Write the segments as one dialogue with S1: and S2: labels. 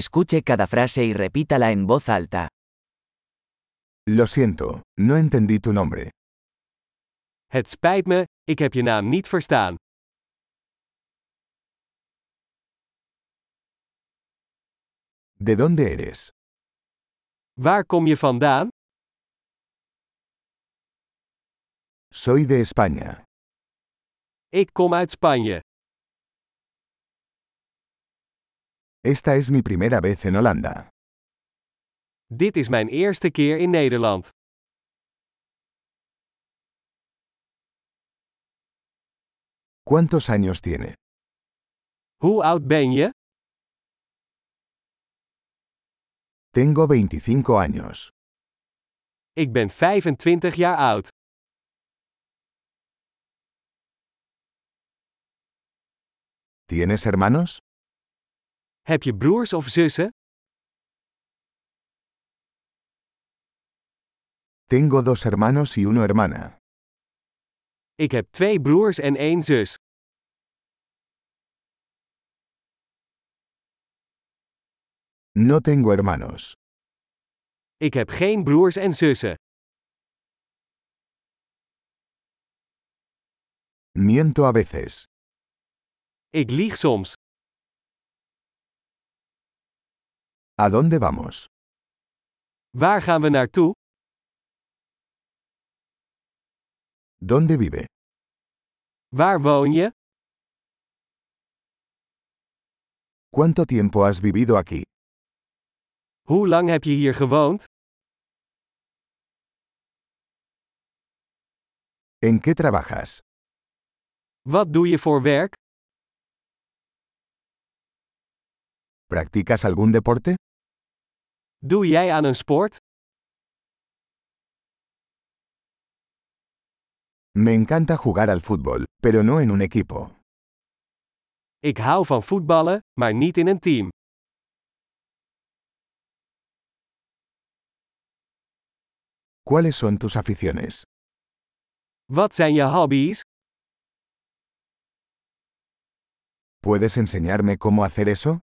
S1: Escuche cada frase y repítala en voz alta.
S2: Lo siento, no entendí tu nombre.
S3: Het spijt me, ik heb je naam niet verstaan.
S2: ¿De dónde eres?
S3: Waar kom je vandaan?
S2: Soy de España.
S3: Ik kom uit Spanje.
S2: Esta es mi primera vez en Holanda.
S3: Dit is mijn eerste keer in Nederland.
S2: ¿Cuántos años tiene?
S3: Hoe oud ben je?
S2: Tengo 25 años.
S3: Ik ben 25 jaar oud.
S2: ¿Tienes hermanos?
S3: Heb je broers of zussen?
S2: Tengo dos hermanos y una hermana.
S3: Ik heb twee broers en één zus.
S2: No tengo hermanos.
S3: Ik heb geen broers en zussen.
S2: Miento a veces.
S3: Ik lieg soms.
S2: ¿A dónde vamos?
S3: Waar gaan we naartoe?
S2: ¿Dónde vive?
S3: Waar woon je?
S2: ¿Cuánto tiempo has vivido aquí?
S3: Hoe lang heb je hier gewoond?
S2: ¿En qué trabajas?
S3: Wat doe je voor werk?
S2: ¿Practicas algún deporte?
S3: Doe jij aan een sport?
S2: Me encanta jugar al fútbol, pero no en un equipo.
S3: Ik hou van voetballen, maar niet in een team.
S2: ¿Cuáles son tus aficiones?
S3: Wat zijn je hobby's?
S2: ¿Puedes enseñarme cómo hacer eso?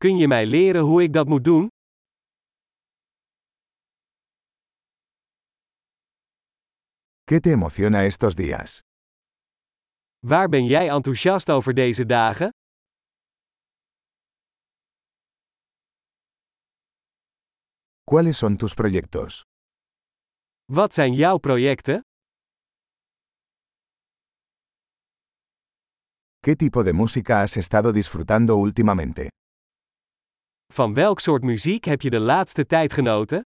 S3: Kun je mij leren hoe ik dat moet doen?
S2: ¿Qué te emociona estos días?
S3: Waar ben jij enthousiast over deze dagen?
S2: ¿Cuáles son tus proyectos?
S3: Wat zijn jouw projecten?
S2: ¿Qué tipo de música has estado disfrutando últimamente?
S3: Van welk soort muziek heb je de laatste tijd genoten?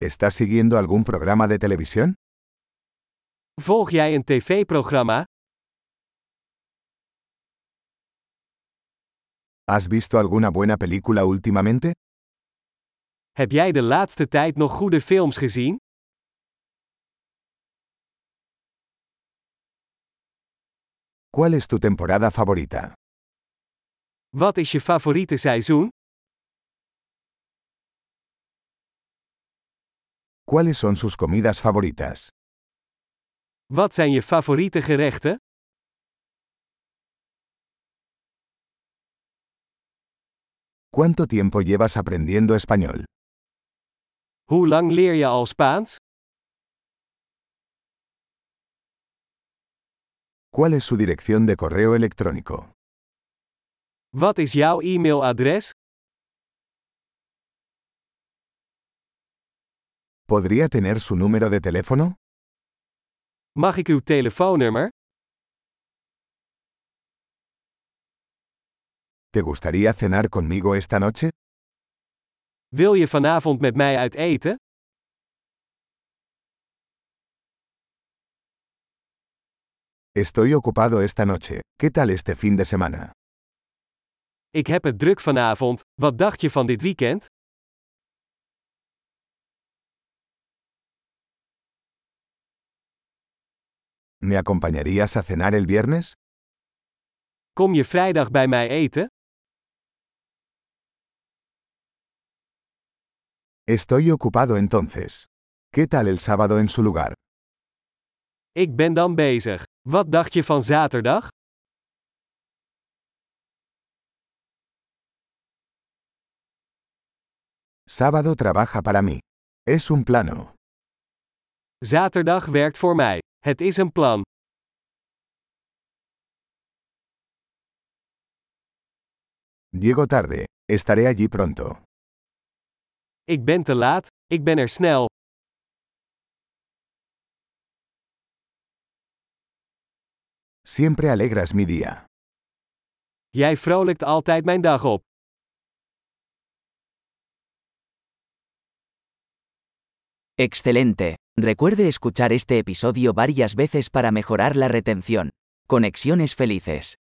S2: ¿Estás siguiendo algún programa de televisión?
S3: Volg jij een tv-programma?
S2: ¿Has visto alguna buena película últimamente?
S3: Heb jij de laatste tijd nog goede films gezien?
S2: ¿Cuál es tu temporada favorita?
S3: Wat is je favoriete seizoen?
S2: ¿Cuáles son sus comidas favoritas?
S3: Wat zijn je favoriete gerechten?
S2: ¿Cuánto tiempo llevas aprendiendo español?
S3: Hoe lang leer je al Spaans?
S2: ¿Cuál es su dirección de correo electrónico?
S3: Wat is jouw e-mailadres?
S2: ¿Podría tener su número de teléfono?
S3: Mag ik uw telefoonnummer?
S2: ¿Te gustaría cenar conmigo esta noche?
S3: Wil je vanavond met mij uit eten?
S2: Estoy ocupado esta noche. ¿Qué tal este fin de semana?
S3: Ik heb het druk vanavond. Wat dacht je van dit weekend?
S2: ¿Me acompañarías a cenar el viernes?
S3: Kom je vrijdag bij mij eten?
S2: Estoy ocupado entonces. ¿Qué tal el sábado en su lugar?
S3: Ik ben dan bezig. Wat dacht je van zaterdag?
S2: Sábado trabaja para mí. Es un plano.
S3: Zaterdag werkt voor mij. Het is een plan.
S2: Llego tarde. Estaré allí pronto.
S3: Ik ben te laat, ik ben er snel.
S2: Siempre alegras mi día.
S3: Jij vrolijkt altijd mijn dag op.
S1: Excelente. Recuerde escuchar este episodio varias veces para mejorar la retención. Conexiones felices.